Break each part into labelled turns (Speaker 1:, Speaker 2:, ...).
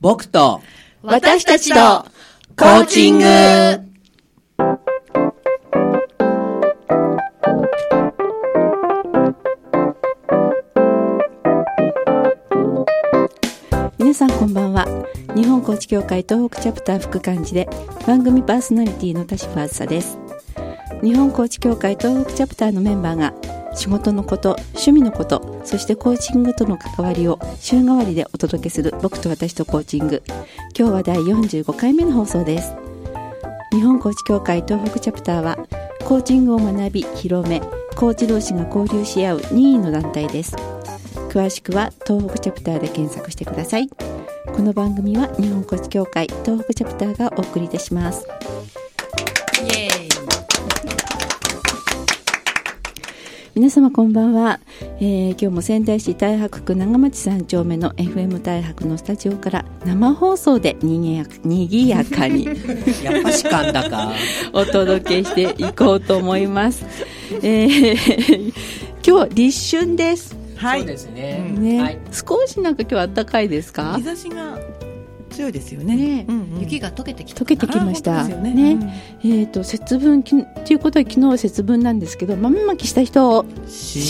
Speaker 1: 僕と
Speaker 2: 私たちのコーチング
Speaker 3: 皆さんこんばんは日本コーチ協会東北チャプター副幹事で番組パーソナリティの田島あずさです日本コーチ協会東北チャプターのメンバーが仕事のこと趣味のことそしてコーチングとの関わりを週替わりでお届けする僕と私とコーチング今日は第45回目の放送です日本コーチ協会東北チャプターはコーチングを学び広めコーチ同士が交流し合う任意の団体です詳しくは東北チャプターで検索してくださいこの番組は日本コーチ協会東北チャプターがお送りいたします
Speaker 2: イエーイ
Speaker 3: 皆様こんばんは、えー今日も仙台市太白区長町三丁目の FM 太白のスタジオから生放送でにぎやにぎやか に
Speaker 1: やっぱしかんだ か
Speaker 3: お届けしていこうと思います、えー今日立春です
Speaker 4: は
Speaker 1: そう
Speaker 4: い
Speaker 1: で。すね,、
Speaker 3: ね、
Speaker 1: はい、
Speaker 3: 少しなんか今日暖かいですか
Speaker 4: 日差しが強いですよね。
Speaker 3: ね
Speaker 4: うんうん
Speaker 2: 雪が溶けてきた
Speaker 3: 溶けてきました
Speaker 4: あ本当ですよ
Speaker 3: ねえー、と節分きということは昨日は節分なんですけど豆まきした人
Speaker 4: うん
Speaker 3: シ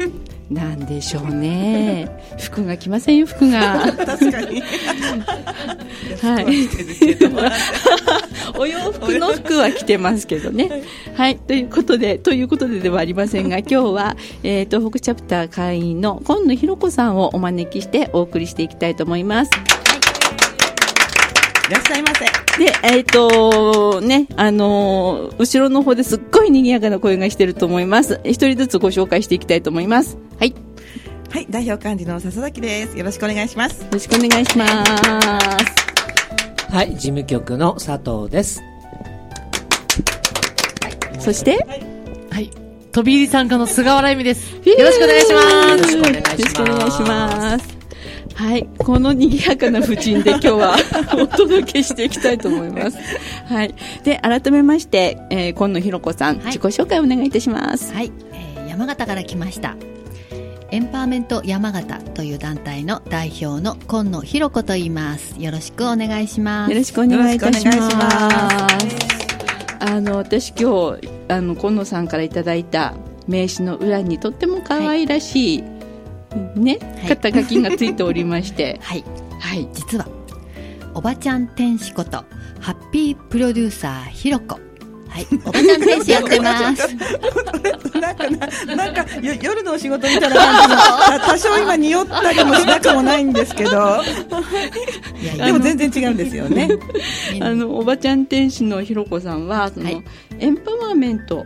Speaker 3: ーンなんでしょうね服が着ませんよ服が
Speaker 4: 確かに。
Speaker 3: はいお洋服の服は着てますけどね。はい、ということで、ということでではありませ んが、今日は、えー、東北チャプター会員の今野ひろ子さんをお招きしてお送りしていきたいと思います。
Speaker 4: いらっしゃいませ。
Speaker 3: で、えっ、とね、あのー後ろの方ですっごい賑やかな声がしてると思います。一人ずつご紹介していきたいと思います。はい、よ
Speaker 4: はい、代表幹事の笹崎です。よろしくお願いします。
Speaker 3: ろしくお願いします。
Speaker 1: はい、事務局の佐藤です
Speaker 3: そして、よ
Speaker 5: はい。飛び入り参加の菅原由美です。よろしくお願いします
Speaker 3: よろしくお願いします。はい、この賑やかな布陣で今日 はお届けしていきたいと思います。はい、で改めまして、えー、今野ひろ子さん、
Speaker 2: はい
Speaker 3: 自己紹介お願いいたします。
Speaker 2: はい、えー山形から来ましたエンパワーメント山形という団体の代表の今野ひろ子と言いますよろしくお願いします
Speaker 3: よろしくお願いいたします。
Speaker 4: よろしくお願いし
Speaker 3: あの私今日あの今野さんからいただいた名刺の裏にとっても可愛らしい、ね、
Speaker 2: はい
Speaker 3: 肩書きがついており まして、
Speaker 2: はい
Speaker 3: はい、
Speaker 2: 実はおばちゃん天使ことハッピープロデューサーひろこ はいおばちゃん天使やってます
Speaker 4: なんかな、なんか、よ夜のお仕事みたいな感じの、あ多少今匂ったりもしなくもないんですけど、
Speaker 2: いやいや
Speaker 4: でも全然違うんですよね。
Speaker 2: みんな
Speaker 3: あのおばちゃん天使のひろこさんはその、
Speaker 2: はい
Speaker 3: エンパワーメント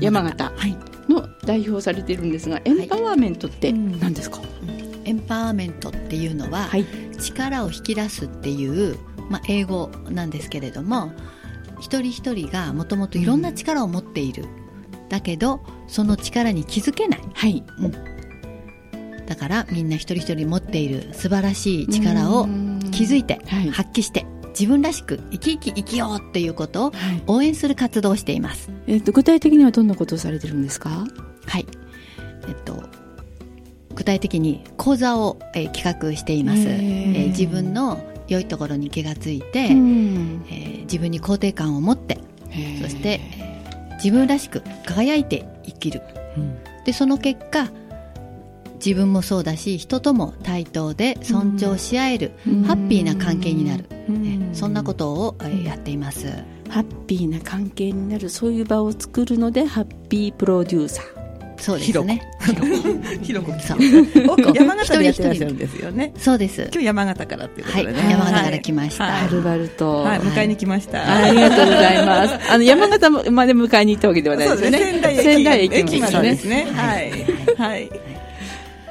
Speaker 3: 山形
Speaker 2: はい
Speaker 3: の代表されているんですが、エンパワーメントって
Speaker 4: うん
Speaker 3: 何ですか、
Speaker 2: エンパワーメントっていうのは、
Speaker 3: はい
Speaker 2: 力を引き出すっていう、まあ、英語なんですけれども一人一人がもともといろんな力を持っている、だけどその力に気づけない
Speaker 3: はい、
Speaker 2: だからみんな一人一人持っている素晴らしい力を気づいて
Speaker 3: はい
Speaker 2: 発揮して自分らしく生き生き生きようっていうことを
Speaker 3: はい
Speaker 2: 応援する活動をしています
Speaker 3: えっと具体的にはどんなことをされてるんですか
Speaker 2: はいえっと具体的に講座を、えー企画しています、
Speaker 3: へ
Speaker 2: え
Speaker 3: ー
Speaker 2: ー自分の良いところに気がついて、
Speaker 3: ん
Speaker 2: えー自分に肯定感を持ってそして、えー自分らしく輝いて生きるでその結果自分もそうだし人とも対等で尊重し合える、
Speaker 3: うん
Speaker 2: ハッピーな関係になる、
Speaker 4: う
Speaker 2: え
Speaker 4: ん
Speaker 2: そんなことを、えーやっています
Speaker 3: ハッピーな関係になるそういう場を作るのでハッピープロデューサー
Speaker 2: そうですね
Speaker 4: ひろこき
Speaker 2: そう
Speaker 4: お 山形でやってらっしゃるんですよね。
Speaker 2: そうです
Speaker 4: 今日山形からっていうこと
Speaker 2: はい
Speaker 4: でね。
Speaker 2: 山形から来ました、
Speaker 4: は
Speaker 3: アルバルト、
Speaker 4: はい、
Speaker 3: あ
Speaker 4: 迎えに来ました。
Speaker 3: ありがとうございますあの山形まで迎えに行ったわけではない
Speaker 4: そ
Speaker 3: ですよ
Speaker 4: うです
Speaker 3: ね
Speaker 4: ね。仙台駅
Speaker 3: 仙台駅
Speaker 4: 駅
Speaker 3: ま
Speaker 4: まで
Speaker 3: で
Speaker 4: で
Speaker 3: ね
Speaker 4: すね。はい。はい。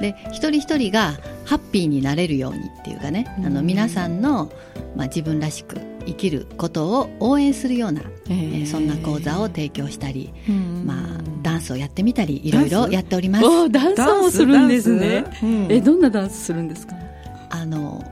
Speaker 2: で一人一人がハッピーになれるようにっていうかねあ
Speaker 3: う
Speaker 2: の
Speaker 3: ん
Speaker 2: 皆さんの、まあ、自分らしく生きることを応援するような、え
Speaker 3: え
Speaker 2: ーそんな講座を提供したり、まあ、ダンスをやってみたりい
Speaker 4: ダ
Speaker 2: ろ
Speaker 4: ン
Speaker 2: い
Speaker 4: ス
Speaker 2: ろやっております
Speaker 3: おダンスもするんですね
Speaker 4: ダンス。うん
Speaker 3: えどんなダンスするんですか
Speaker 2: あの、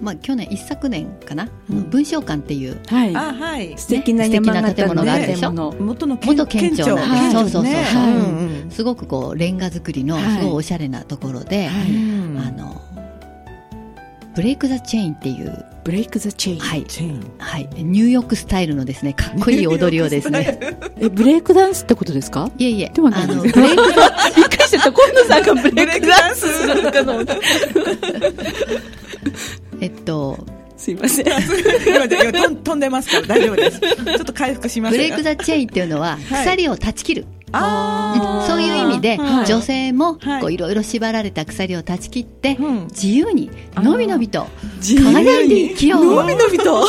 Speaker 2: まあ、去年一昨年かな、あの
Speaker 4: うん
Speaker 2: 文章館っていう
Speaker 3: はい
Speaker 4: あ、はい。
Speaker 3: 素敵な
Speaker 2: ね
Speaker 3: 山
Speaker 2: 素敵な建
Speaker 3: 建
Speaker 2: 物が
Speaker 3: 物が
Speaker 2: あ
Speaker 3: あ
Speaker 2: る
Speaker 3: る
Speaker 2: で
Speaker 3: で
Speaker 2: し
Speaker 3: し
Speaker 2: ょ
Speaker 3: ょは
Speaker 4: 元の
Speaker 2: 元県庁
Speaker 4: 県
Speaker 2: な、
Speaker 3: はい
Speaker 2: そうそうそう、
Speaker 4: ね
Speaker 3: はい
Speaker 4: うんうん
Speaker 2: すごくこうレンガ造りの
Speaker 3: はい
Speaker 2: すごいおしゃれなところで、
Speaker 3: い
Speaker 4: うん
Speaker 2: あのブレイク・ザ・チェインっていう、
Speaker 3: ブレイク・ザ・チェイン、
Speaker 2: はい
Speaker 4: チェーン
Speaker 2: はい、ニューヨークスタイルのですねかっこいい踊りをですね
Speaker 3: えブレイクダンスってことですか
Speaker 2: いえいえ
Speaker 3: ではない
Speaker 2: あの
Speaker 3: びっ
Speaker 2: ブレイク
Speaker 3: くりしてた今野さんがブレイクダンスするのかと思った
Speaker 2: えっと
Speaker 3: すいません
Speaker 4: 今今飛ん飛んでますから大丈夫です。ちょっと回復します
Speaker 2: ブ
Speaker 4: よ
Speaker 2: レイク・ザ・チェインっていうのは、鎖を断ち切る
Speaker 4: あー
Speaker 2: そういう意味で、
Speaker 4: はい
Speaker 2: 女性も
Speaker 4: はい
Speaker 2: こういろいろ縛られた鎖を断ち切って、
Speaker 4: うん
Speaker 2: 自由にのびのびと
Speaker 3: 自
Speaker 2: 輝いて生きよう
Speaker 3: のびのびと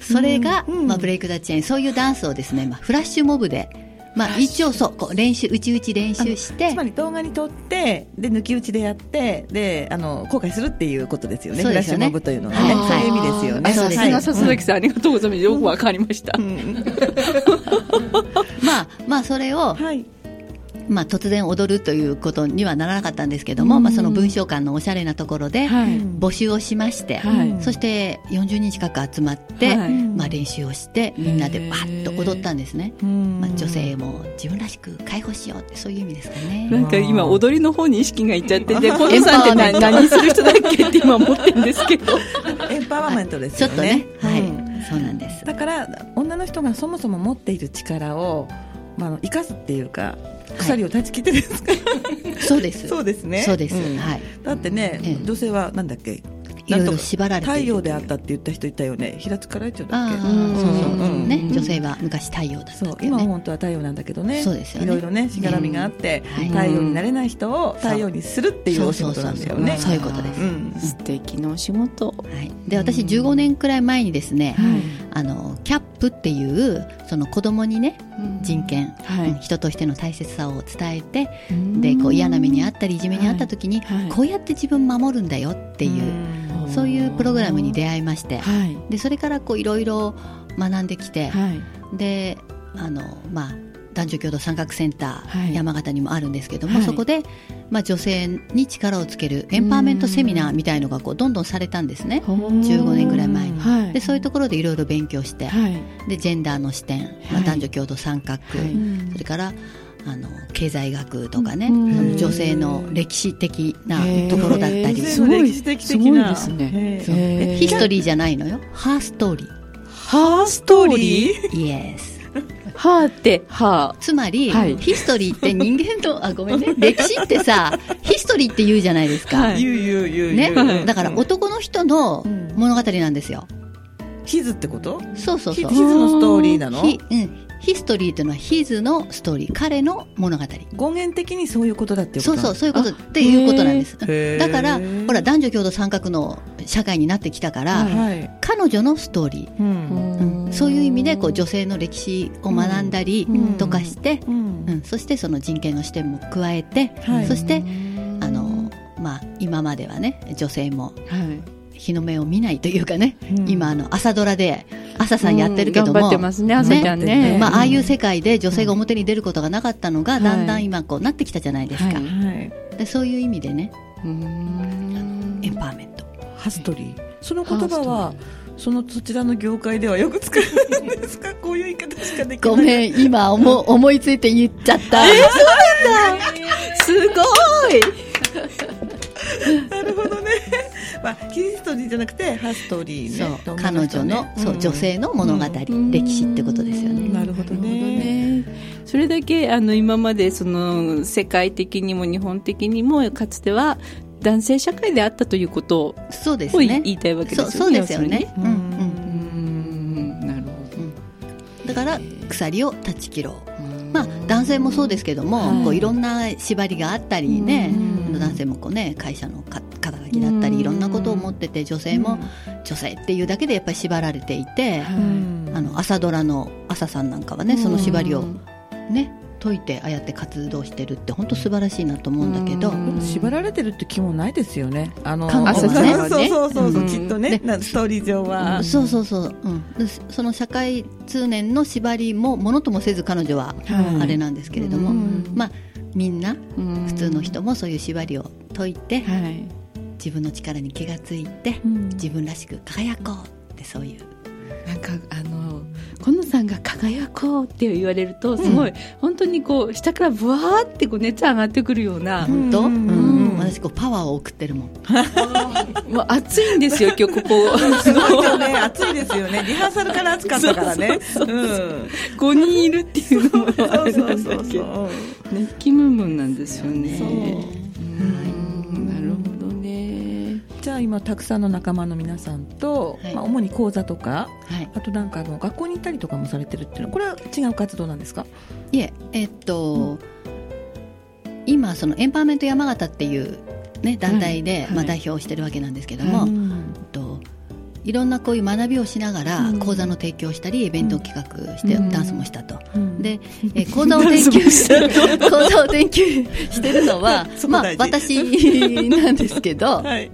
Speaker 2: それが、
Speaker 4: うん
Speaker 2: まあ、ブレイク・ザ・チェーンそういうダンスをですね、まあ、フラッシュモブで、まあ、一応そうこう練習うちうち練習して
Speaker 4: つまり動画に撮ってで抜き打ちでやってであの後悔するっていうことですよね。
Speaker 2: そう
Speaker 4: フラ
Speaker 2: で
Speaker 4: ッ
Speaker 2: す
Speaker 4: シュ
Speaker 2: よね
Speaker 4: モブというのが
Speaker 2: はい
Speaker 4: ね、そういう意味ですよね。
Speaker 2: あそうです
Speaker 4: はい
Speaker 2: さ
Speaker 3: 笹崎さんありがとうございますよくわかりました
Speaker 4: うん
Speaker 2: まあまあそれを、
Speaker 4: はい。
Speaker 2: まあ、突然踊るということにはならなかったんですけども、まあ、その文章館のおしゃれなところで
Speaker 3: はい
Speaker 2: 募集をしまして、
Speaker 3: はい
Speaker 2: そして40人近く集まって、
Speaker 3: はい
Speaker 2: まあ、練習をしてみんなでバッと踊ったんですね、まあ、女性も自分らしく解放しようってそういう意味ですか
Speaker 3: な
Speaker 2: ね
Speaker 3: んか今踊りの方に意識がいっちゃってて、今
Speaker 2: エン
Speaker 3: 野
Speaker 2: パ
Speaker 3: さんっ
Speaker 2: ワーメ
Speaker 3: て
Speaker 2: ン
Speaker 3: 何
Speaker 2: ト
Speaker 3: 何する人だっけって今思ってるんです けど。
Speaker 4: エンパワーメントです
Speaker 2: ちょ
Speaker 4: よ
Speaker 2: っとね
Speaker 4: ね。
Speaker 2: はい、
Speaker 4: うん
Speaker 2: そうなんです
Speaker 4: だから女の人がそもそも持っている力をまああの生かすっていうか鎖を断ち切 ってですか。
Speaker 2: そうです
Speaker 4: そうですね。
Speaker 2: そうです、
Speaker 4: ん
Speaker 2: はい
Speaker 4: だってね
Speaker 2: ええ
Speaker 4: 女性はなんだっけ
Speaker 2: いろいろ縛られている
Speaker 4: 太陽であったって言った人いたよね平塚らいちょだっけ
Speaker 2: ああそうそう
Speaker 4: うんうん
Speaker 2: ね女性は昔太陽だった
Speaker 4: そう
Speaker 2: っていう
Speaker 4: 今は
Speaker 2: ね
Speaker 4: 本当は太陽なんだけどね
Speaker 2: そうですよね
Speaker 4: いろいろねしがらみがあって、
Speaker 2: うん
Speaker 4: 太陽になれない人を太陽にするっていうお仕
Speaker 2: そう
Speaker 4: 事
Speaker 2: そ
Speaker 4: な
Speaker 2: うん
Speaker 4: だ
Speaker 2: そ
Speaker 4: よ
Speaker 2: う、
Speaker 4: ね
Speaker 2: そういうことです、
Speaker 4: うん
Speaker 3: 素敵なお仕事。
Speaker 2: はい、で私15年くらい前にですね、
Speaker 3: はい。
Speaker 2: あのキャップっていうその子供にね人権、
Speaker 3: はい
Speaker 2: うん人としての大切さを伝えてでこう嫌な目にあったりいじめにあった時に、
Speaker 3: はいはい
Speaker 2: こうやって自分守るんだよっていう、
Speaker 3: ん
Speaker 2: そういうプログラムに出会いまして、
Speaker 3: はい。
Speaker 2: でそれからこういろいろ学んできて、
Speaker 3: はい。
Speaker 2: であのまあ男女共同参画センター、
Speaker 3: はい
Speaker 2: 山形にもあるんですけども、
Speaker 3: はい
Speaker 2: そこで、まあ、女性に力をつけるエンパワーメントセミナーみたいのがこうどんどんされたんですね15年ぐらい前に、
Speaker 3: はい。
Speaker 2: でそういうところでいろいろ勉強して、
Speaker 3: はい。
Speaker 2: でジェンダーの視点、ま
Speaker 3: は
Speaker 2: あ、
Speaker 3: い
Speaker 2: 男女共同参画、
Speaker 3: はい
Speaker 2: それからあの経済学とかね、
Speaker 3: うん
Speaker 2: その女性の歴史的な
Speaker 3: へー
Speaker 2: ところだったり、
Speaker 3: す
Speaker 4: す
Speaker 3: ご
Speaker 4: ご
Speaker 3: い
Speaker 4: い歴史的的な
Speaker 3: すごいです
Speaker 4: ね
Speaker 2: そう
Speaker 3: へー
Speaker 2: ヒストリーじゃないのよハーストーリ
Speaker 3: ハーストーリー
Speaker 2: ーイエス
Speaker 3: ハーって、ハ
Speaker 2: つまり、
Speaker 3: はい
Speaker 2: ヒストリーって人間のあごめんね歴史ってさヒストリーって言うじゃないですか、
Speaker 3: はい
Speaker 4: ゆうゆうゆう
Speaker 2: ね、
Speaker 4: ゆう
Speaker 2: だから男の人の
Speaker 4: うん
Speaker 2: 物語なんですよ、
Speaker 4: ヒズってこと
Speaker 2: そうそう
Speaker 4: ヒ
Speaker 2: そ
Speaker 4: ズ
Speaker 2: う
Speaker 4: のストーリーなの
Speaker 2: ヒ,、うん、ヒストリーというのはヒズのストーリー彼の物語
Speaker 4: 語源的にそういうことだっていうこ
Speaker 2: そう
Speaker 4: と
Speaker 2: そううそういうことっていうことなんです
Speaker 4: へー
Speaker 2: だからほら男女共同参画の社会になってきたから、
Speaker 4: はい、
Speaker 2: 彼女のストーリー、
Speaker 3: ー。
Speaker 4: うん
Speaker 2: うんそういう意味でこう女性の歴史を学んだり
Speaker 4: うん
Speaker 2: とかして、
Speaker 4: う
Speaker 2: うん
Speaker 4: ん
Speaker 2: そしてその人権の視点も加えて、
Speaker 4: はい
Speaker 2: そしてあの、まあ、今まではね女性も
Speaker 3: はい。
Speaker 2: 日の目を見ないというかね、
Speaker 4: うん
Speaker 2: 今あの朝ドラで朝さんやってるけども、
Speaker 3: うん頑張ってますね、朝ちゃんね。
Speaker 2: まあ、ああいう世界で女性が表に出ることがなかったのが、
Speaker 3: うん
Speaker 2: だんだん今こうなってきたじゃないですか、
Speaker 3: は
Speaker 4: はい、
Speaker 2: でそういう意味でね
Speaker 3: うん
Speaker 2: エンパワーメント
Speaker 4: ハストリーその言葉はそのそちらの業界ではよく使うんで すかこういう言い方しかできない
Speaker 2: ごめん今思思いついて言っちゃった、
Speaker 3: すごい
Speaker 4: なるほどね。 まあ、キリストリーじゃなくて、ハストリーね。
Speaker 2: そう
Speaker 4: 女
Speaker 2: 彼
Speaker 4: の
Speaker 2: 女
Speaker 4: 人ね
Speaker 2: の、そう女。性の物語、
Speaker 3: うん
Speaker 2: 歴史ってことですよね、
Speaker 4: なるほどね
Speaker 3: なるほどねそれだけあの今までその世界的にも日本的にもかつては男性社会であったということ
Speaker 2: そうです
Speaker 3: を
Speaker 2: ね
Speaker 3: 言いたいわけです
Speaker 2: そ
Speaker 3: よね。
Speaker 2: うそうですよね、うん
Speaker 4: う
Speaker 2: うん、
Speaker 3: うんなるほ
Speaker 2: だから鎖を断ち切ろうまあ、男性もそうですけども、
Speaker 3: はい
Speaker 2: い、こういろんな縛りがあったりね、
Speaker 3: うん
Speaker 2: 男性もこう、ね、会社のか肩書きだった
Speaker 3: うん
Speaker 2: りいろんなことを持ってて女性も女性っていうだけでやっぱり縛られていて、
Speaker 3: は
Speaker 4: う
Speaker 3: い
Speaker 4: ん
Speaker 2: あの朝ドラの朝さんなんかはねその縛りを、ね、解いてああやって活動してるって本当素晴らしいなと思うんだけど、
Speaker 3: うん
Speaker 4: 縛られてるって気もないですよね。あの、
Speaker 2: 韓
Speaker 3: 国はね
Speaker 4: あそうそうそうそうう、
Speaker 3: ん
Speaker 4: きっとね、
Speaker 2: で
Speaker 4: なストーリー上は。
Speaker 2: そうそうそう、うんで、その社会通念の縛りもものともせず彼女は
Speaker 3: はい
Speaker 2: あれなんですけれども、
Speaker 3: うん
Speaker 2: まあみんな
Speaker 3: うん
Speaker 2: 普通の人もそういう縛りを解いて、
Speaker 3: はい
Speaker 2: 自分の力に気がついて、自分らしく輝こうってそういう
Speaker 3: なんかあの今野さんが輝こうって言われるとすごい、本当にこう下からぶわーってこう熱上がってくるような、
Speaker 2: 本当、
Speaker 4: う
Speaker 2: うんん
Speaker 3: うん
Speaker 2: 私こうパワーを送ってるもん
Speaker 3: もう暑いんですよ、今日こ こ。
Speaker 4: すごいよね、暑いですよね。リハーサルから暑かったからね。うん。
Speaker 3: 5人いるっていうのもあ
Speaker 4: そう
Speaker 3: れ
Speaker 4: そ
Speaker 3: な
Speaker 4: うんそ
Speaker 3: だ
Speaker 4: う
Speaker 3: け
Speaker 4: そ
Speaker 3: ど。
Speaker 4: う。
Speaker 3: 熱気ムンムンなんですよね。
Speaker 2: そう
Speaker 3: うんなるほどね。
Speaker 4: じゃあ今たくさんの仲間の皆さんと、
Speaker 2: はい
Speaker 4: まあ主に講座とか、
Speaker 2: はい
Speaker 4: あとなんかあの学校に行ったりとかもされてるっていうのはこれは違う活動なんですか？
Speaker 2: いええっと、今そのエンパワーメント山形っていうね団体で、
Speaker 4: はいはい
Speaker 2: まあ、代表をしてるわけなんですけども、
Speaker 4: も
Speaker 2: えっといろんなこういう学びをしながら
Speaker 4: うん
Speaker 2: 講座の提供をしたりイベントを企画して
Speaker 4: うん
Speaker 2: ダンスもしたと、
Speaker 4: うん
Speaker 2: で、えー講座を研究してる 講座を研究してるのは
Speaker 4: そこ
Speaker 2: まあ
Speaker 4: 大事
Speaker 2: 私なんですけど
Speaker 4: はい。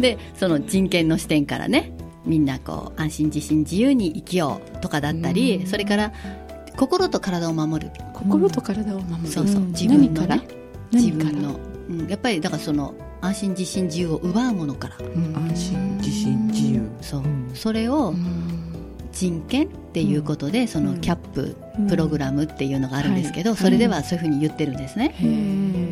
Speaker 2: でその人権の視点からねみんなこう安心自信自由に生きようとかだったり、それから心と体を守る
Speaker 3: 心と体を守る。
Speaker 2: そうそう、
Speaker 4: うん
Speaker 2: 自分の
Speaker 3: 何から
Speaker 2: ね自
Speaker 3: 何から
Speaker 2: 分の、うん、やっぱりだからその安心自信自由を奪うものから
Speaker 3: うん
Speaker 4: 安心自信自由。
Speaker 2: そう、
Speaker 4: ん
Speaker 2: それ
Speaker 3: う
Speaker 2: を
Speaker 3: ん
Speaker 2: 人権っていうことで、そのキャップ
Speaker 4: うん
Speaker 2: プログラムっていうのがあるんですけど、それではそういうふうに言ってるんですね、
Speaker 3: へー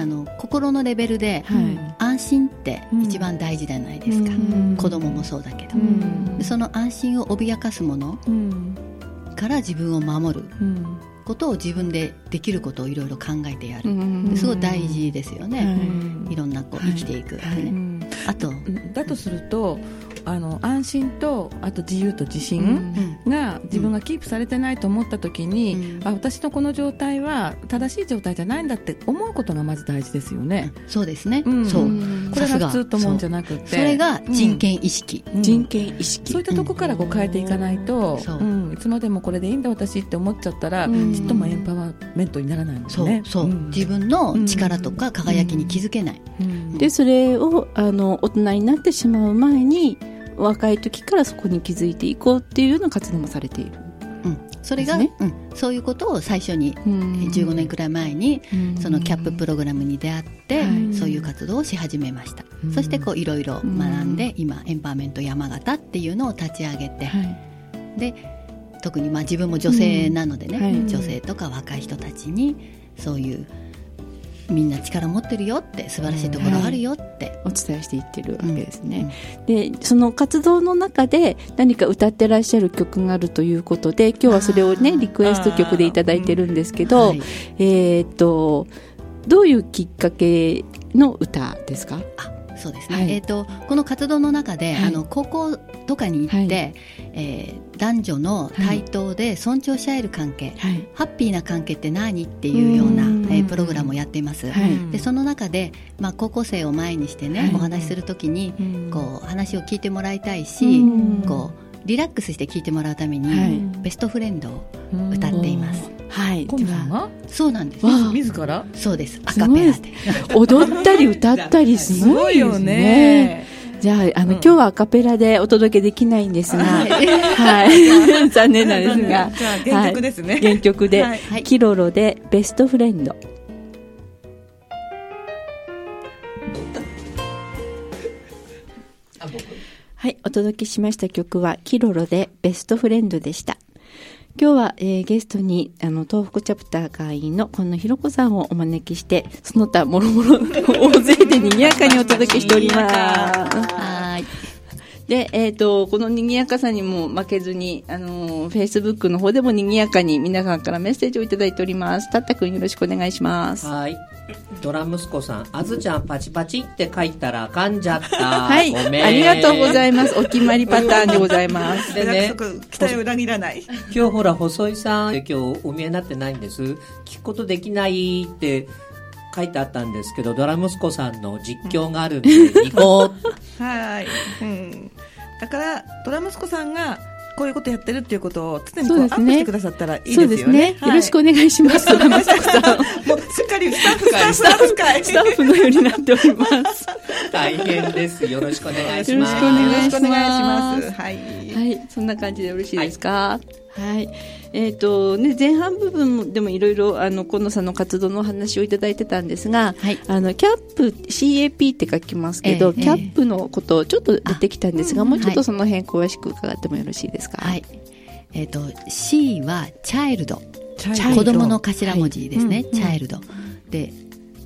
Speaker 2: あの心のレベルで
Speaker 3: はい。
Speaker 2: 安心って一番大事じゃないですか、
Speaker 4: うん
Speaker 2: 子供もそうだけど、
Speaker 4: うん
Speaker 2: でその安心を脅かすもの
Speaker 4: うん
Speaker 2: から自分を守る
Speaker 4: うん
Speaker 2: ことを自分でできることをいろいろ考えてや
Speaker 3: う
Speaker 2: る、
Speaker 3: ん
Speaker 2: ですごい大事ですよね、
Speaker 4: うん
Speaker 2: いろんなこう
Speaker 3: はい
Speaker 2: 生きていく、
Speaker 3: はい
Speaker 2: ね
Speaker 4: うん
Speaker 2: あと、
Speaker 4: だとするとあの安心とあと自由と自
Speaker 3: う
Speaker 4: 信。
Speaker 3: ん
Speaker 4: が自分がキープされてないと思った時に、
Speaker 2: うん
Speaker 4: あ私のこの状態は正しい状態じゃないんだって思うことがまず大事ですよね、
Speaker 2: そうですね、
Speaker 4: うん
Speaker 2: そう、
Speaker 3: うん
Speaker 4: これ
Speaker 2: さす
Speaker 4: が
Speaker 2: が
Speaker 4: 普通ともんじゃなくて
Speaker 2: それが人、権意識、
Speaker 4: うん
Speaker 3: 人権意識
Speaker 4: そういったとこからこう変えていかないと、
Speaker 2: そう
Speaker 4: うんいつまでもこれでいいんだ私って思っちゃったら、
Speaker 3: うん
Speaker 4: ちっともエンパワーメントにならないもんね
Speaker 2: そう、そう、
Speaker 4: ん
Speaker 2: 自分の力とか輝きに気づけない、
Speaker 4: うん
Speaker 3: でそれをあの大人になってしまう前に若い時からそこに気づいていこうっていうような活動もされている、
Speaker 2: うんそれが、
Speaker 3: です
Speaker 2: うん、そういうことを最初に、えー15年くらい前にそのキャッププログラムに出会って、
Speaker 3: はい
Speaker 2: そういう活動をし始めました、
Speaker 4: うん
Speaker 2: そしてこういろいろ学んで、今エンパワーメント山形っていうのを立ち上げて、
Speaker 4: はい
Speaker 2: で特にまあ自分も女性なのでね、
Speaker 3: うんはい
Speaker 2: 女性とか若い人たちにそういうみんな力持ってるよって素晴らしいところあるよって、
Speaker 3: お伝えしていってるわけですね、でその活動の中で何か歌ってらっしゃる曲があるということで今日はそれを
Speaker 2: あ
Speaker 3: ね
Speaker 2: ー
Speaker 3: リクエスト曲でいただいてるんですけど、
Speaker 2: はい
Speaker 3: えっ、とどういうきっかけの歌ですか
Speaker 2: あそうですね、
Speaker 3: はい
Speaker 2: えー、とこの活動の中で、
Speaker 3: はい
Speaker 2: あの高校とかに行って、
Speaker 3: はい
Speaker 2: えー男女の対等で尊重し合える関係、
Speaker 3: はい
Speaker 2: ハッピーな関係って何っていうような
Speaker 3: うん、
Speaker 2: えープログラムをやっています、
Speaker 3: はい
Speaker 4: うん
Speaker 2: でその中で、まあ、高校生を前にしてね、
Speaker 3: はい
Speaker 2: お話しするときに
Speaker 4: うん
Speaker 2: こう話を聞いてもらいたいし、
Speaker 3: うん
Speaker 2: こうリラックスして聞いてもらうために、
Speaker 3: はい
Speaker 2: ベストフレンドを歌っています。
Speaker 3: はい
Speaker 4: コ
Speaker 3: で
Speaker 4: ミさん
Speaker 3: は
Speaker 4: は
Speaker 2: そうなんです。
Speaker 3: わあ
Speaker 4: 自ら
Speaker 2: そうです。ア
Speaker 3: す
Speaker 2: カ
Speaker 3: ごい
Speaker 2: ペ
Speaker 3: で
Speaker 2: ラ
Speaker 3: す
Speaker 2: で。
Speaker 3: 踊ったり歌ったりすごいですねじゃあ、あの、
Speaker 4: うん
Speaker 3: 今日はアカペラでお届けできないんですが、はい。残念なんですが、
Speaker 4: じゃあ原曲ですね、
Speaker 3: 原曲で、
Speaker 4: はい
Speaker 2: はい。
Speaker 3: キロロでベストフレンド。はい、お届けしました曲は、キロロでベストフレンドでした。今日は、えーゲストにあの東北チャプター会員の今野ひろ子さんをお招きしてその他もろもろ大勢で賑やかにお届けしております。
Speaker 2: はい。
Speaker 3: で、えっ、と、この賑やかさにも負けずに、あのー、Facebook の方でも賑やかに皆さんからメッセージをいただいております。たったくんよろしくお願いします。は
Speaker 1: はい。ドラ息子さん、あずちゃんパチパチって書いたらあかんじゃ った。
Speaker 3: い。
Speaker 1: ごめん。
Speaker 3: ありがとうござ
Speaker 1: い
Speaker 3: います。お決まりパターンでございます。
Speaker 1: でね、
Speaker 4: 束期待を裏切らない
Speaker 1: 今日ほら、細井さん、今日お見えになってないんです。聞くことできないって書いてあったんですけど、ドラ息子さんの実況があ るんで、行こう。
Speaker 4: はい、うん、だからドラ息子さんがこういうことやってるっていうことを常にこ
Speaker 3: そう
Speaker 4: うア
Speaker 3: ですね
Speaker 4: ップしてくださったらいいです
Speaker 3: そ
Speaker 4: よ
Speaker 3: う
Speaker 4: ね
Speaker 3: ですね、
Speaker 4: はい
Speaker 3: よろしくお願いします。ドラマスタ
Speaker 4: もうすっかりスタッフ会スタッフ会スタッ
Speaker 3: ッフのようになっており ます。
Speaker 1: 大変です。よろしくお願いします。
Speaker 3: よろしくお願いします
Speaker 4: すはい、
Speaker 3: はい、そんな感じでよろしいですか。はい、えっ、とね前半部分もでもいろいろあの今野さんの活動のお話をいただいてたんですが、
Speaker 2: はい
Speaker 3: あのキャップ CAP って書きますけど、
Speaker 2: ええ
Speaker 3: キャップのことちょっと出てきたんですが、
Speaker 2: あ
Speaker 3: もうちょっ
Speaker 2: は
Speaker 3: と
Speaker 2: い
Speaker 3: その辺詳しく伺ってもよろしいですか。
Speaker 2: はい。えっ、と、C はチャイルド。
Speaker 4: チャイル
Speaker 2: 子
Speaker 4: ド
Speaker 2: 供の頭文字ですね。チャイルド。で、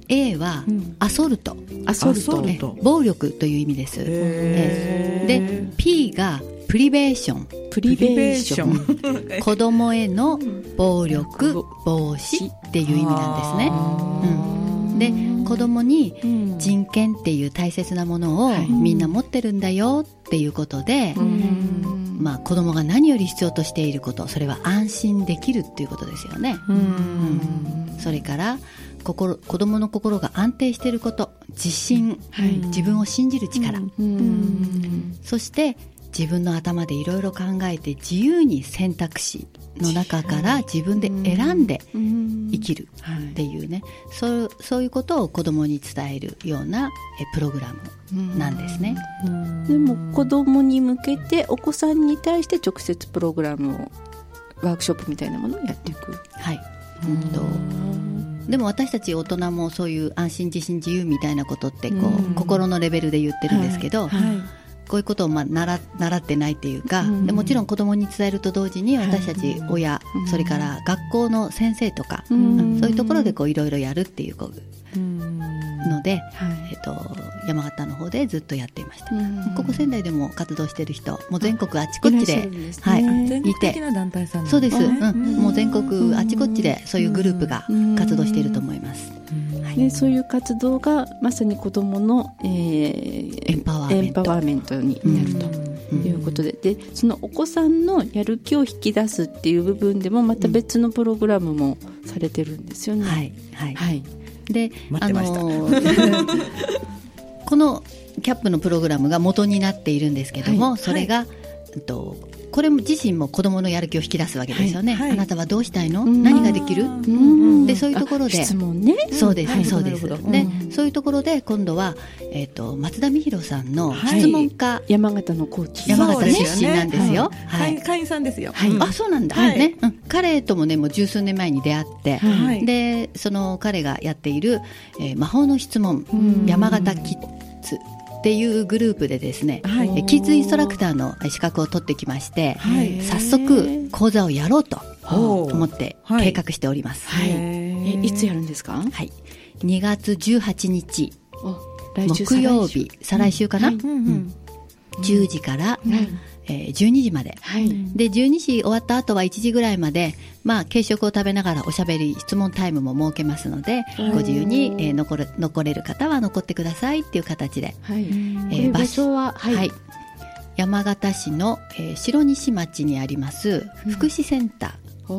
Speaker 2: A は
Speaker 3: うん
Speaker 2: アソルト、
Speaker 3: アソル
Speaker 4: アソ
Speaker 3: ト
Speaker 4: ル
Speaker 2: ね
Speaker 4: ト
Speaker 2: 暴力という意味です、
Speaker 4: へー
Speaker 2: で P がプリベーション
Speaker 3: プリベーション
Speaker 4: プリベーション
Speaker 2: 子供への暴力防止っていう意味なんですねうんで子供に
Speaker 3: うん
Speaker 2: 人権っていう大切なものをみんな持ってるんだよっていうことで、まあ、子供が何より必要としていることそれは安心できるっていうことですよね、うんそれから心子供の心が安定していること自信、自分を信じる力、そして自分の頭でいろいろ考えて自由に選択肢の中から自分で選んで生きるっていうね、そうそういうことを子供に伝えるようなえプログラムなんですね。
Speaker 3: でも子供に向けてお子さんに対して直接プログラムをワークショップみたいなものをやっていく
Speaker 2: はい、うんとでも私たち大人もそういう安心自信自由みたいなことってこう、心のレベルで言ってるんですけど、こういうことをまあ習習ってないっていうか、でもちろん子供に伝えると同時に私たち親、それから学校の先生とか、うんそういうところでこういろいろやるっていうこうので、えっと山形の方でずっとやっていました、ここ仙台でも活動してる人もう全国あちこち
Speaker 3: いらっし
Speaker 2: で
Speaker 3: ゃるんですね
Speaker 2: はい、
Speaker 5: 全
Speaker 2: い
Speaker 5: 国的
Speaker 2: て
Speaker 5: な団体さんなん
Speaker 2: そうです、
Speaker 5: ね
Speaker 2: うん、もう全国あちこちでそういうグループが活動していると思います、
Speaker 3: でそういう活動がまさに子どもの、えー
Speaker 2: エンパワーメント
Speaker 3: エンパワーメントになるということで,、でそのお子さんのやる気を引き出すっていう部分でもまた別のプログラムもされてるんですよね。
Speaker 2: はいはい、
Speaker 3: はい
Speaker 2: で
Speaker 4: 待ってました
Speaker 2: ー このキャップのプログラムが元になっているんですけども、それが、えっとこれも自身も子供のやる気を引き出すわけですよね、
Speaker 4: はいはい
Speaker 2: あなたはどうしたいの、
Speaker 3: ん
Speaker 2: 何ができる、
Speaker 3: うん
Speaker 2: でそういうところで
Speaker 3: あ質問ね。
Speaker 2: そうです、
Speaker 5: はい
Speaker 2: そうです、
Speaker 5: なるほ
Speaker 2: でそういうところで今度は、えっと松田美弘さんの
Speaker 4: はい
Speaker 2: 質問家、
Speaker 3: 山形のコーチ。
Speaker 2: 山
Speaker 4: そう
Speaker 2: 形
Speaker 4: ですよ
Speaker 2: 出身
Speaker 4: ね
Speaker 2: なんですよ。は
Speaker 4: 会
Speaker 2: い
Speaker 4: 員会員さんですよ。
Speaker 2: はい、あそうなんだ、
Speaker 4: はい
Speaker 2: ねうん、彼ともねもう十数年前に出会って、
Speaker 4: はい
Speaker 2: でその彼がやっている、えー魔法の質問山形キッズっていうグループでですね、
Speaker 4: はい
Speaker 2: えーキッズインストラクターのえー資格を取ってきまして、
Speaker 4: はい
Speaker 2: 早速講座をやろうと
Speaker 4: おー
Speaker 2: 思って
Speaker 4: は
Speaker 2: 計
Speaker 4: い
Speaker 2: 画しております、
Speaker 3: はい。え
Speaker 4: へー
Speaker 3: いつやるんですか？
Speaker 2: はい、2月18日
Speaker 3: あ
Speaker 2: 木曜。日再来週かな、
Speaker 3: うん
Speaker 2: うん10時から、えー12時まで、
Speaker 3: 再来週
Speaker 2: で12時終わった後は1時ぐらいまで、まあ、軽食を食べながらおしゃべり質問タイムも設けますのでご自由に、えー残る残れる方は残ってくださいっていう形で、
Speaker 3: はい。
Speaker 2: え
Speaker 3: はい。
Speaker 2: ー
Speaker 3: 場所は
Speaker 2: はい、山形市の、えー白西町にあります福祉センター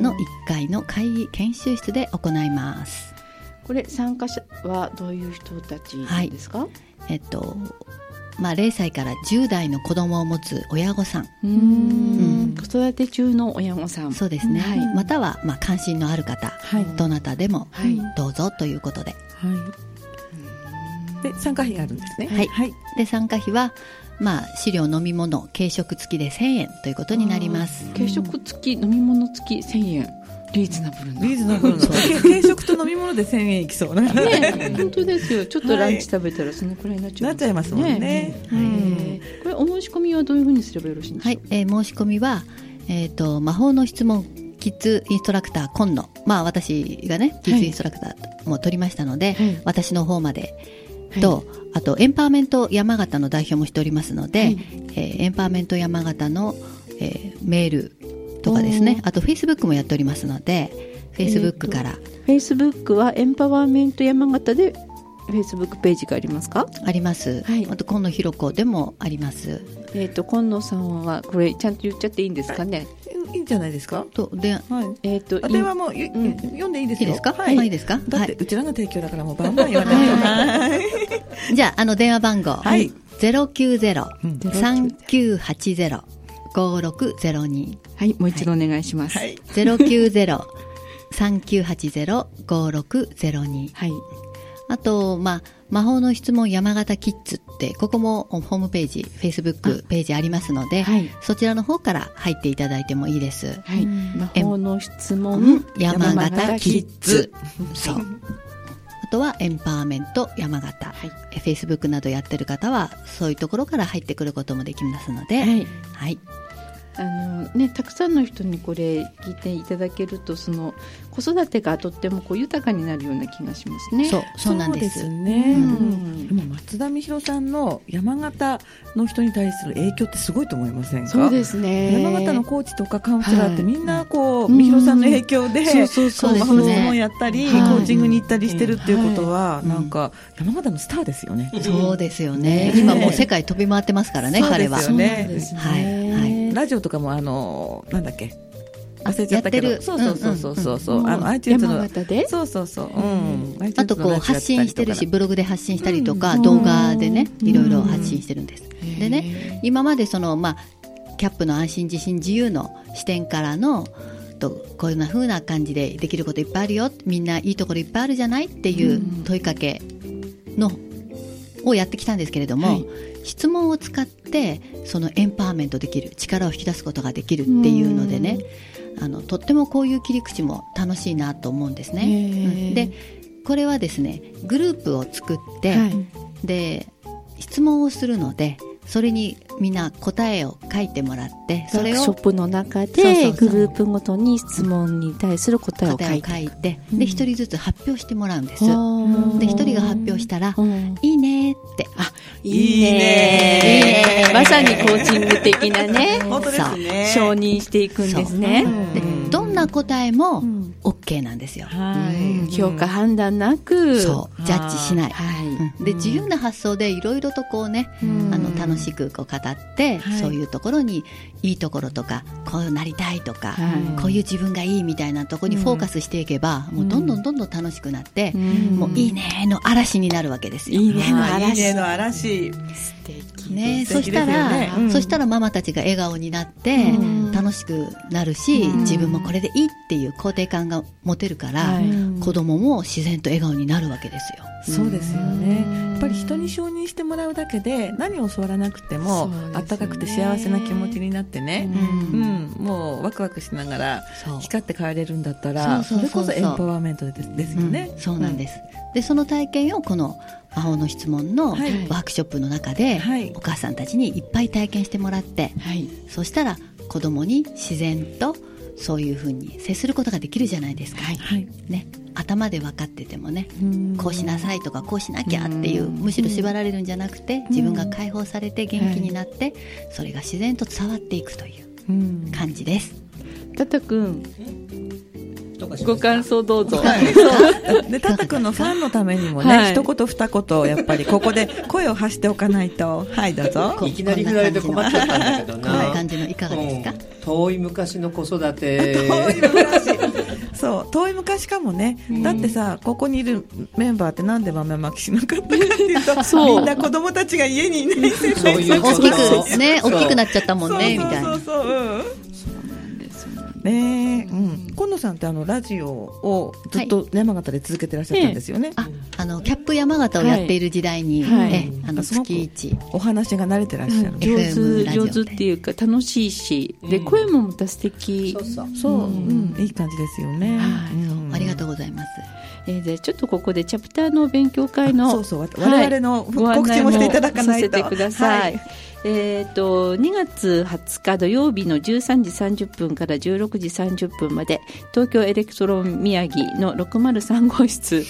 Speaker 2: の1階の会議研修室で行います。
Speaker 3: これ参加者はどういう人たちなんですか？
Speaker 2: えっとまあ、0歳から10代の子供を持つ親御さん
Speaker 3: うーん子育て中の親御さん。
Speaker 2: そうですね、
Speaker 3: はい
Speaker 2: または、まあ、関心のある方、どなたでも
Speaker 3: はい
Speaker 2: どうぞということで,、
Speaker 4: はい。で参加費があるんですね。
Speaker 2: はい
Speaker 4: はい。
Speaker 2: で参加費は、まあ、資料飲み物軽食付きで1000円ということになります
Speaker 3: 軽食付き飲み物付き1000円リーズナブルな
Speaker 4: リーズナブルな 軽食と飲み物で1000円いきそうな。
Speaker 3: ね本当ですよちょっとランチ食べたらそのくらいになっちゃう、
Speaker 4: なっちゃいますもんね。
Speaker 3: ねこれお申し込みはどういうふうにすればよろしいんでし
Speaker 2: は
Speaker 3: ょう
Speaker 2: い、えー申し込みは、えーと「魔法の質問キッズインストラクター今野」まあ私がねキッズインストラクターも取りましたので、
Speaker 3: はい
Speaker 2: 私の方までと、あとエンパワーメント山形の代表もしておりますので、
Speaker 3: はい
Speaker 2: えーエンパワーメント山形の、えーメールとかですねあとフェイスブックもやっておりますのでフェイスブックから
Speaker 3: フェイスブックはエンパワーメント山形でフェイスブックページがありますか
Speaker 2: あります、
Speaker 3: はい
Speaker 2: あと今野ひろ子でもあります
Speaker 3: えっ、と今野さんはこれちゃんと言っちゃっていいんですかね、
Speaker 4: いいんじゃないですか。
Speaker 2: とで
Speaker 4: はい。
Speaker 3: えっ、と
Speaker 4: あれはもうゆ
Speaker 3: うん
Speaker 4: 読んでいいで
Speaker 2: い
Speaker 4: す
Speaker 2: い
Speaker 4: よ
Speaker 2: ですか、
Speaker 4: は
Speaker 2: まあいい
Speaker 4: い。
Speaker 2: ですか
Speaker 4: だ
Speaker 2: は
Speaker 4: って
Speaker 2: いう
Speaker 4: ちらの提供だからもうバンバン言わないと。はい。
Speaker 2: じゃああの電話番号、
Speaker 4: はいうん
Speaker 2: 090-3980-5602
Speaker 3: はいもう一度お願いします
Speaker 4: はい。
Speaker 2: 090-3980-5602
Speaker 3: はい、
Speaker 2: あと、まあ、魔法の質問山形キッズって、ここもホームページ、Facebook ページありますので、
Speaker 3: はい
Speaker 2: そちらの方から入っていただいてもいいです。
Speaker 3: はい、魔法の質
Speaker 2: うん
Speaker 3: 問
Speaker 2: 山形キッズ
Speaker 3: 山。
Speaker 2: そう。あとはエンパワーメント山形、
Speaker 3: はい
Speaker 2: え Facebook などやってる方はそういうところから入ってくることもできますので、
Speaker 3: はい
Speaker 2: はい
Speaker 3: あのね、たくさんの人にこれ聞いていただけるとその子育てがとってもこう豊かになるような気がしますね。
Speaker 2: そうそうなんです
Speaker 4: そうね、
Speaker 3: うん
Speaker 4: でも松田美弘さんの山形の人に対する影響ってすごいと思いませんか
Speaker 3: そうですね。
Speaker 4: 山形のコーチとかカウンセラーって
Speaker 3: はい
Speaker 4: みんなこう、
Speaker 3: うん
Speaker 4: みひろさんの影響で、
Speaker 3: そうそうそう
Speaker 4: こ
Speaker 2: ですね
Speaker 4: ハウス訪問やったり、
Speaker 2: はい
Speaker 4: コーチングに行ったりしてるっていうことは、
Speaker 2: い
Speaker 4: なんか山形のスターですよね、
Speaker 2: そうですよね
Speaker 4: ね
Speaker 2: 今もう世界飛び回ってますからね
Speaker 4: そう
Speaker 2: 彼
Speaker 4: で
Speaker 2: は
Speaker 4: すよね
Speaker 3: ですね
Speaker 2: はいはい
Speaker 4: ラジオとかもあのなんだっけ忘れちゃったけ
Speaker 2: やってる
Speaker 4: どそうそうそうそうそうそう、
Speaker 3: もう
Speaker 4: あの iTunes
Speaker 3: 山
Speaker 4: の
Speaker 3: 形で
Speaker 4: そうそうそう、う
Speaker 2: あ
Speaker 4: ん、
Speaker 2: と
Speaker 4: iTunes の
Speaker 2: こう
Speaker 4: ラジオ
Speaker 2: 発
Speaker 4: やった
Speaker 2: 信
Speaker 4: りとか
Speaker 2: してるしブログで発信したりとか、
Speaker 3: うん
Speaker 2: 動画でね
Speaker 3: うん
Speaker 2: いろいろ発信してるんです、
Speaker 3: へー
Speaker 2: でね今までその、まあ、キャップの安心自信自由の視点からのとこういうふうな感じでできることいっぱいあるよみんないいところいっぱいあるじゃないっていう問いかけの、をやってきたんですけれども、
Speaker 3: はい
Speaker 2: 質問を使ってそのエンパワーメントできる力を引き出すことができるっていうのでねあのとってもこういう切り口も楽しいなと思うんですね。
Speaker 3: へえ
Speaker 2: うんでこれはですねグループを作って、
Speaker 3: はい
Speaker 2: で質問をするのでそれにみんな答えを書いてもらって
Speaker 3: ワ
Speaker 2: そ
Speaker 3: ー
Speaker 2: れ
Speaker 3: クショ
Speaker 2: を
Speaker 3: ップの中
Speaker 2: そうそ
Speaker 3: で
Speaker 2: うそう
Speaker 3: グループごとに質問に対する答えを書
Speaker 2: 答え
Speaker 3: い
Speaker 2: を
Speaker 3: て
Speaker 2: 書いて
Speaker 3: うん
Speaker 2: で一人ずつ発表してもらうんです。
Speaker 3: あー
Speaker 2: で一人が発表したら
Speaker 3: うん
Speaker 2: いいねって
Speaker 4: いいね
Speaker 3: いいねまさにコーチング的なね
Speaker 4: 本当ですね
Speaker 3: 承認していくんですね
Speaker 2: そうで
Speaker 4: ん
Speaker 2: どんな答えも
Speaker 3: うん
Speaker 2: OK なんですよ、
Speaker 4: はい
Speaker 3: 評価判断なく
Speaker 2: そうジャッジしない、
Speaker 3: は
Speaker 2: うんで自由な発想でいろいろとこうね、
Speaker 3: うん
Speaker 2: あの楽しくこう語って、
Speaker 4: はい
Speaker 2: そういうところにいいところとかこうなりたいとか、
Speaker 3: はい
Speaker 2: こういう自分がいいみたいなところにフォーカスしていけば、もうどんどんどんどん楽しくなって
Speaker 3: い、、ん
Speaker 2: もういいねの嵐になるわけですよ。
Speaker 3: いいねの
Speaker 4: あーいい
Speaker 3: 嵐
Speaker 4: ねの嵐
Speaker 3: 素敵
Speaker 2: ね、
Speaker 4: 素
Speaker 2: そ
Speaker 4: 敵
Speaker 2: し
Speaker 4: です
Speaker 2: た
Speaker 4: よね
Speaker 2: ら、
Speaker 4: うん
Speaker 2: そしたらママたちが笑顔になって、
Speaker 3: うん
Speaker 2: 楽しくなるし、
Speaker 3: うん
Speaker 2: 自分もこれでいいっていう肯定感が持てるから、
Speaker 4: はい
Speaker 2: 子供も自然と笑顔になるわけですよ。
Speaker 4: そうですよね、やっぱり人に承認してもらうだけで何を教わらなくても、
Speaker 3: そうですよ
Speaker 4: あ
Speaker 3: ね
Speaker 4: ったかくて幸せな気持ちになってね、
Speaker 2: う
Speaker 4: うんんもうワクワクしながら
Speaker 2: そう
Speaker 4: 光って帰れるんだったら
Speaker 2: そう
Speaker 4: そ
Speaker 2: そうそうそう
Speaker 4: れこそエンパワーメントですですよね、
Speaker 2: うんそうなんです、でその体験をこの「魔法の質問」のワ
Speaker 4: はい
Speaker 2: ークショップの中で、
Speaker 4: はい
Speaker 2: お母さんたちにいっぱい体験してもらって
Speaker 3: はい
Speaker 2: そしたら子供に自然とそういうふうに接することができるじゃないですか、
Speaker 4: はい
Speaker 2: ね、頭で分かっててもね
Speaker 3: うん
Speaker 2: こうしなさいとかこうしなきゃっていう
Speaker 3: うん
Speaker 2: むしろ縛られるんじゃなくて自分が解放されて元気になってそれが自然と伝わっていくという
Speaker 3: うん
Speaker 2: 感じです。
Speaker 3: たたくん
Speaker 1: どうかしました
Speaker 3: ご感想どうぞ
Speaker 4: そうでタタ君のファンのためにもね、
Speaker 3: はい
Speaker 4: 一言二言やっぱりここで声を発しておかないとはいどうぞ
Speaker 2: こ
Speaker 1: いきなり振られて困っちゃったんだけど
Speaker 2: こん
Speaker 1: な
Speaker 2: な感じのいかがですか、
Speaker 1: うん遠い昔の子育 て
Speaker 4: 遠い昔そう遠い昔かもね、だってさここにいるメンバーってなんで豆まきしなかったかっていうと
Speaker 3: そう
Speaker 4: みんな子供たちが家にいない世
Speaker 1: そう
Speaker 4: 代
Speaker 1: いうこ
Speaker 2: 大
Speaker 1: と
Speaker 2: きくね
Speaker 1: そう
Speaker 2: 大きくなっちゃったもんねみ
Speaker 4: そう
Speaker 2: たい
Speaker 4: そ
Speaker 2: な
Speaker 4: うそうそううんねえ、うん、今野さんってあのラジオをずっと山形で続けてらっしゃったんですよね、
Speaker 2: ああのキャップ山形をやっている時代に、
Speaker 3: はいはい
Speaker 2: ええあの
Speaker 4: すごく
Speaker 2: 月一
Speaker 4: お話が慣れてらっしゃる、
Speaker 2: ん
Speaker 3: 上
Speaker 2: FM
Speaker 3: 手
Speaker 2: ラジオ
Speaker 3: 上
Speaker 2: で
Speaker 3: 手っていうか楽しいしで
Speaker 1: うん
Speaker 3: 声もまた素敵
Speaker 1: そうそう
Speaker 4: そう、
Speaker 3: うん
Speaker 4: うんいい感じですよね、
Speaker 3: はい
Speaker 4: うん
Speaker 2: ありがとうございます。
Speaker 3: えーじゃあちょっとここでチャプターの勉強会
Speaker 4: あ
Speaker 3: の
Speaker 4: そうそうわ我々の
Speaker 3: ご案
Speaker 4: 告
Speaker 3: 内
Speaker 4: 知もしていただかないと
Speaker 3: させてください、
Speaker 4: は
Speaker 3: えっと2月20日土曜日の13時30分から16時30分まで東京エレクトロン宮城の603号室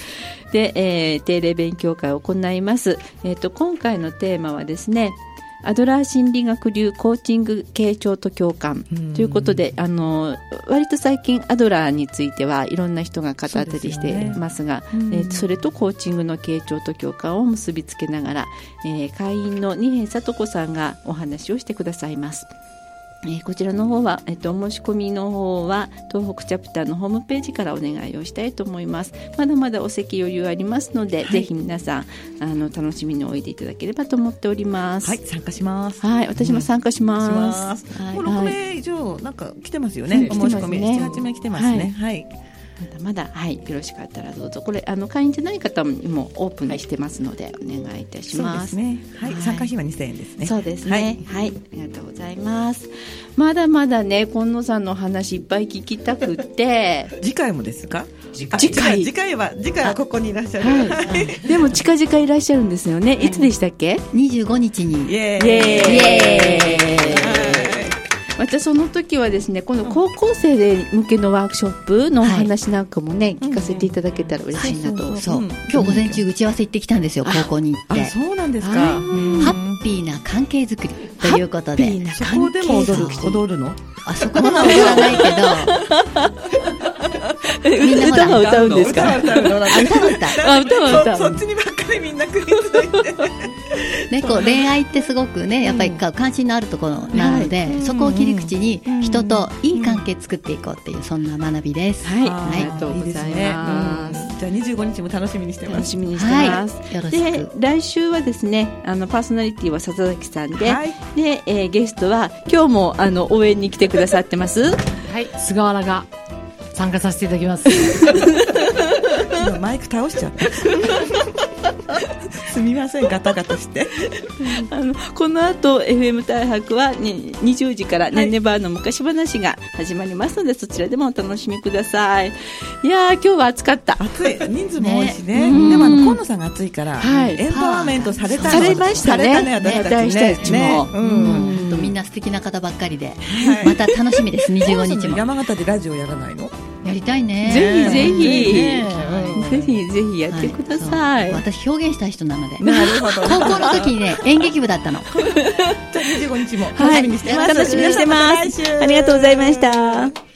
Speaker 3: で、えー定例勉強会を行います、えっと今回のテーマはですねアドラー心理学流コーチング傾聴と共感
Speaker 4: うん
Speaker 3: ということであの割と最近アドラーについてはいろんな人が語ったりしてますが
Speaker 4: そうですよね
Speaker 3: えーそれとコーチングの傾聴と共感を結びつけながら、えー会員の二瓶聡子さんがお話をしてくださいます。えーこちらの方は、えっと、お申し込みの方は東北チャプターのホームページからお願いをしたいと思いますまだまだお席余裕ありますので、ぜひ皆さんあの楽しみにおいでいただければと思っております
Speaker 4: はい、参加します
Speaker 3: はい私も参加し
Speaker 4: し
Speaker 3: ま、
Speaker 4: ますす
Speaker 2: はい
Speaker 4: もう6名以上なんか来てますよ
Speaker 1: は
Speaker 4: ね
Speaker 1: い、
Speaker 4: お申し込み、
Speaker 3: 来てますね
Speaker 4: 7、8名来てますね、はい、
Speaker 3: まだまだはいよろしかったらどうぞこれあの会員じゃない方にもオープンにしてますので、お願いいたし
Speaker 4: そう
Speaker 3: ま
Speaker 4: ですすね、はい
Speaker 3: はい、
Speaker 4: 参加費は2000円ですね、
Speaker 3: そうですね。はい、ありがとうございます。まだまだね、今野さんの話いっぱい聞きたくて。
Speaker 4: 次回もですか、
Speaker 1: 次
Speaker 4: あ
Speaker 1: 回
Speaker 3: 次回
Speaker 4: 次回は次回はここにいらっしゃる、
Speaker 3: はい。 でも近々いらっしゃるんですよね。いつでしたっけ？
Speaker 2: 25日に
Speaker 4: イエーイ
Speaker 3: イエーイ
Speaker 2: イエーイ
Speaker 4: はい
Speaker 3: またその時はですねこの高校生で向けのワークショップのお話なんかもね、聞かせていただけたら嬉しいなと、
Speaker 4: うん
Speaker 2: そう、今日午前中打ち合わせ行ってきたんですよ、高校に行って。
Speaker 4: あそうなんですか
Speaker 2: ハッピーな関係づくりということ
Speaker 3: ハッピー
Speaker 2: で、
Speaker 3: な
Speaker 4: そこでも踊る踊るの
Speaker 2: あそこでは踊らないけ みんなほら
Speaker 3: 歌は歌うんですか
Speaker 4: 歌うのな
Speaker 2: ど、
Speaker 4: んか
Speaker 2: あ歌歌。
Speaker 3: あ 歌は歌
Speaker 4: そそうっちにばっかりみんな食いついて
Speaker 2: ね、こう恋愛ってすごくね、やっぱりか関心のあるところなので、そこを切り口に人といい関係作っていこうっていう、そんな学びです。
Speaker 3: はい、
Speaker 4: あ
Speaker 3: あ
Speaker 4: ー
Speaker 3: りがとうござい
Speaker 4: いいですね
Speaker 3: ます
Speaker 4: じゃあ25日も楽しみにしてま
Speaker 3: 楽
Speaker 4: す
Speaker 3: しみにして
Speaker 2: は
Speaker 3: ます、
Speaker 2: い、よろし
Speaker 3: で
Speaker 2: く。
Speaker 3: 来週はですねあのパーソナリティは笹崎さんで、
Speaker 4: はい
Speaker 3: で、えーゲストは今日もあの応援に来てくださってます
Speaker 5: はい、菅原が参加させていただきます。
Speaker 4: 今マイク倒しちゃっ たすみませんガタガタして
Speaker 3: あのこの後 FM 大白は、ね、20時から「ねんねばーの昔話」が始まりますので、そちらでもお楽しみくださいいやー今日は暑かった
Speaker 4: 暑い人数も多いしね
Speaker 3: ね
Speaker 4: でもあの河野さんが暑いから、
Speaker 3: はい
Speaker 4: エンパワーメントされたの
Speaker 3: されましたね
Speaker 4: されたね私た
Speaker 3: ね
Speaker 4: ちね
Speaker 3: 私たちも
Speaker 4: ねう
Speaker 2: うんん、ほんとみんな素敵な方ばっかりで、また楽しみ です、25
Speaker 4: 河野
Speaker 2: 日
Speaker 4: さん
Speaker 2: も。
Speaker 4: 山形でラジオやらないの
Speaker 2: やりたいね。
Speaker 3: ぜひぜひ、
Speaker 2: ね
Speaker 3: ぜひぜひやってください、
Speaker 2: はそう私表現したい人なので。
Speaker 4: なるほど
Speaker 2: 高校の時にね、演劇部だったの。
Speaker 4: じゃあ25日も
Speaker 3: はい、
Speaker 4: 楽しみにしてます、
Speaker 3: 楽しみにしてます
Speaker 4: 皆様また来週
Speaker 3: ありがとうございました